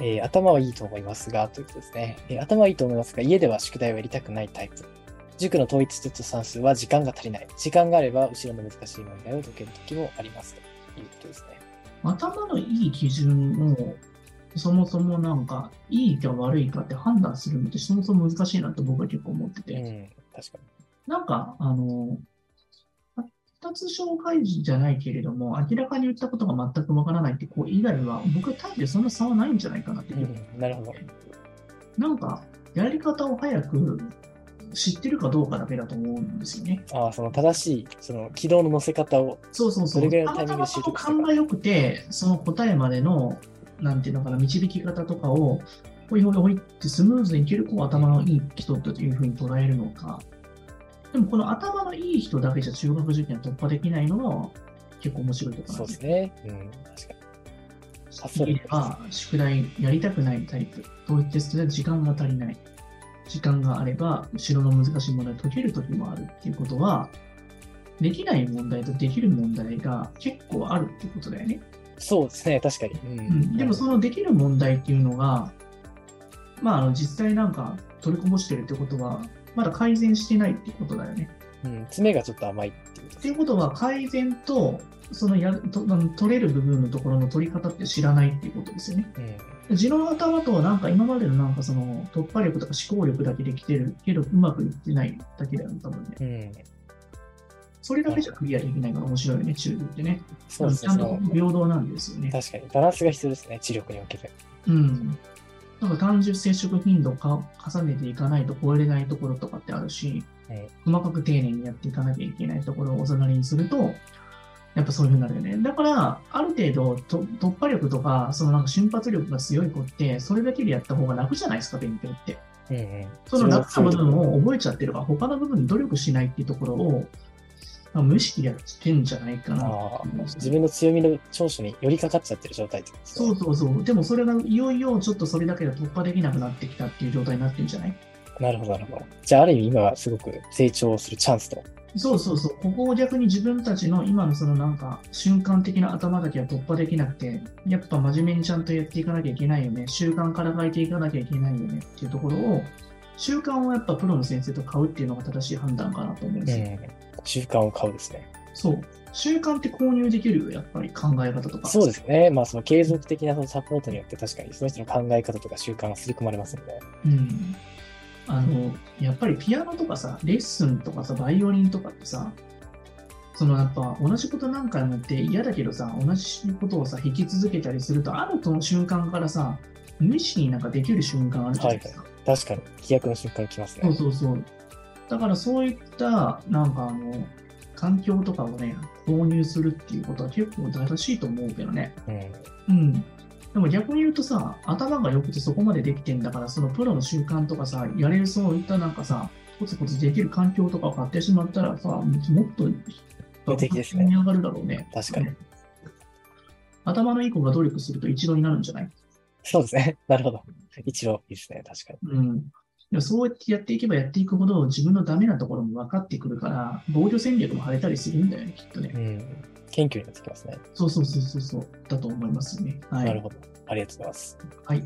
えー頭はいいと思いますが、ということですね、えー頭はいいと思いますが、家では宿題をやりたくないタイプ。塾の統一テスト算数は時間が足りない。時間があれば、後ろの難しい問題を解ける時もあります。ということですね。頭のいい基準を、そもそもなんか、いいか悪いかって判断するのって、そもそも難しいなって僕は結構思ってて。うん、確かなんか、あの、発達障害児じゃないけれども、明らかに言ったことが全くわからないって子以外は、僕は大抵そんな差はないんじゃないかなって。に。うん、なるほど。なんか、やり方を早く知ってるかどうかだけだと思うんですよね。ああ、その正しい、その軌道の乗せ方を。そうそうそう。どれぐらいのたまたまそタイミングで習得したかの勘が良くて、その答えまでの、なんていうのかな、導き方とかを、ほいほいほいってスムーズにいける子を頭のいい人というふうに捉えるのか。でもこの頭のいい人だけじゃ中学受験突破できないのが結構面白いところなそんうでですすね。うん、確かに。あそでうきれば宿題やりたくないタイプ、統一テストでは時間が足りない、時間があれば後ろの難しい問題を解ける時もあるっていうことは、できない問題とできる問題が結構あるってことだよね。そうですね、確かに。ううん、でもそのできる問題っていうのが、まあ、あの実際なんか取りこぼしてるってことは、まだ改善してないってことだよね。うん、爪がちょっと甘いっていうことっていうことは、改善と、そのやるとあの取れる部分のところの取り方って知らないっていうことですよね。うん、自分の頭とはなんか今までのなんかその突破力とか思考力だけできてるけど、うまくいってないだけだよね、多分ね。うん、それだけじゃクリアできないから面白いよね、中国ってね。そうですね。ちゃそんとの平等なんですよね。確かに、バランスが必要ですね、知力における。うん。なんか単純接触頻度をか重ねていかないと超えれないところとかってあるし、はい細かく丁寧にやっていかなきゃいけないところをおざなりにすると、やっぱそういうふうになるよね。だから、ある程度と突破力とか、そのなんか瞬発力が強い子って、それだけでやった方が楽じゃないですか、勉強って。うんうん。その楽な部分を。を覚えちゃってるから、他の部分に努力しないっていうところを、まあ無意識でやってんじゃないかなとああ思うんですよね自分の強みの長所に寄りかかっちゃってる状態ってことですねそうそうそう。でもそれがいよいよちょっとそれだけで突破できなくなってきたっていう状態になってるんじゃないなるほど、なるほど。じゃあ、ある意味、今はすごく成長するチャンスと。そうそうそう。ここを逆に自分たちの今のそのなんか瞬間的な頭だけは突破できなくて、やっぱ真面目にちゃんとやっていかなきゃいけないよね。習慣から変えていかなきゃいけないよねっていうところを、習慣をやっぱプロの先生と買うっていうのが正しい判断かなと思うんうですよ。ん。習慣を買うですね。そう。習慣って購入できるよ、やっぱり考え方とか。そうですね。まあ、その継続的なそのサポートによって、確かにその人の考え方とか習慣が刷り込まれますよね。うんあの、やっぱりピアノとかさ、レッスンとかさ、バイオリンとかってさ、そのやっぱ同じこと何回もやって嫌だけどさ、同じことをさ、弾き続けたりすると、あるとの瞬間からさ、無意識になんかできる瞬間あるじゃないですか。確かに、飛躍の瞬間来ますね。そうそうそう。だからそういった、なんかあの、環境とかをね、購入するっていうことは結構正しいと思うけどね。うん。うん。でも逆に言うとさ、頭が良くてそこまでできてんだから、そのプロの習慣とかさ、やれるそういったなんかさ、コツコツできる環境とかを買ってしまったらさ、もっと、無敵ですね上がるだろうね。確かに。頭のいい子が努力すると一度になるんじゃないそうですね。なるほど。一応、いいですね。確かに。うん。でもそうやってやっていけばやっていくほど自分のダメなところも分かってくるから、防御戦略も晴れたりするんだよね、きっとね。うん。謙虚になってきますね。そうそうそうそうそう、だと思いますよね。はい。なるほど。ありがとうございます。はい。